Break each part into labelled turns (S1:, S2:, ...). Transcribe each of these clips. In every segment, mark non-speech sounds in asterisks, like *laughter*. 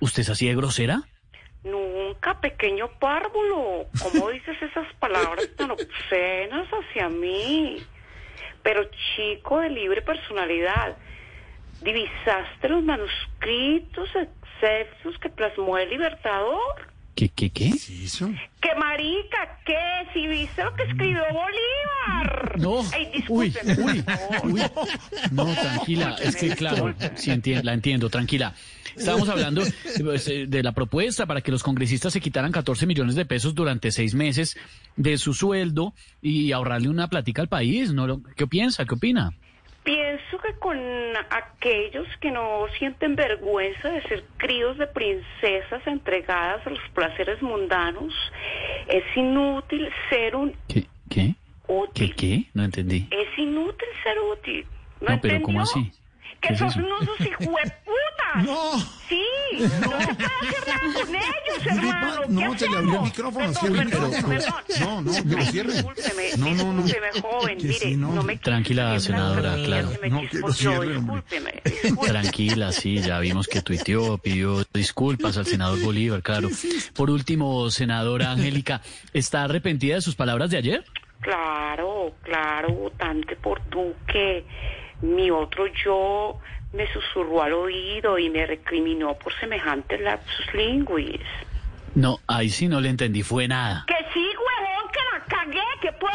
S1: ¿Usted es así de grosera?
S2: Nunca, pequeño párvulo.
S1: *laughs*
S2: ¿Cómo dices esas palabras tan obscenas hacia mí? Pero chico de libre personalidad, ¿divisaste los manuscritos exceptos que plasmó el Libertador?
S1: ¿Qué, qué, qué?
S3: Sí, eso.
S2: ¡Qué marica! ¿Qué? ¿Si viste lo que escribió Bolívar?
S1: Mm. No.
S2: Ey,
S1: Uy,
S2: discúlpeme, por
S1: uy,
S2: favor.
S1: uy. No, tranquila. Es que, claro, sí entien- la entiendo, tranquila. Estábamos hablando pues, eh, de la propuesta para que los congresistas se quitaran 14 millones de pesos durante seis meses de su sueldo y ahorrarle una platica al país. ¿no? lo- ¿Qué piensa? ¿Qué opina?
S2: Pienso que con aquellos que no sienten vergüenza de ser críos de princesas entregadas a los placeres mundanos, es inútil ser un
S1: ¿Qué? ¿Qué? ¿Qué?
S2: útil.
S1: ¿Qué? No entendí.
S2: Es inútil ser útil. ¿No,
S1: No, pero ¿cómo
S2: entendió?
S1: así? ¿Qué
S2: Que
S1: es
S2: son
S1: eso? *laughs*
S2: unos hijueputas.
S3: No.
S2: Sí, no, se puede hacer nada con ellos, hermano.
S3: Gripa,
S2: ¿Qué
S3: no, se le abrió el
S2: hacemos?
S3: micrófono,
S2: Perdón,
S3: cierre el
S2: perdón,
S3: micrófono.
S2: perdón.
S3: No, no, pero cierre.
S2: Discúlpeme,
S3: No, no, no.
S2: discúlpeme, joven,
S3: Que
S2: mire,
S3: sí, no.
S2: no, me
S1: Tranquila,
S2: quise decir tantas
S1: senadora,
S2: groserías,
S1: claro.
S2: se me
S3: No, que
S2: chispoteó,
S3: lo cierre, hombre.
S2: discúlpeme, discúlpeme.
S1: Tranquila, sí, ya vimos que tuiteó, pidió disculpas al senador Bolívar, claro. Por último, senadora Angélica, ¿está arrepentida de sus palabras de ayer?
S2: Claro, claro, votante por Duque. Mi otro yo me susurró al oído y me recriminó por semejante lapsus linguis.
S1: No, ahí sí no le entendí, fue nada.
S2: Que sí, huevón, que la cagué, que puedo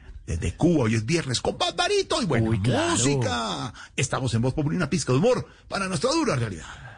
S3: Desde Cuba, hoy es viernes, con Barbarito y bueno,
S1: Uy, claro.
S3: música. Estamos en Voz Popular, una pizca de humor para nuestra dura realidad.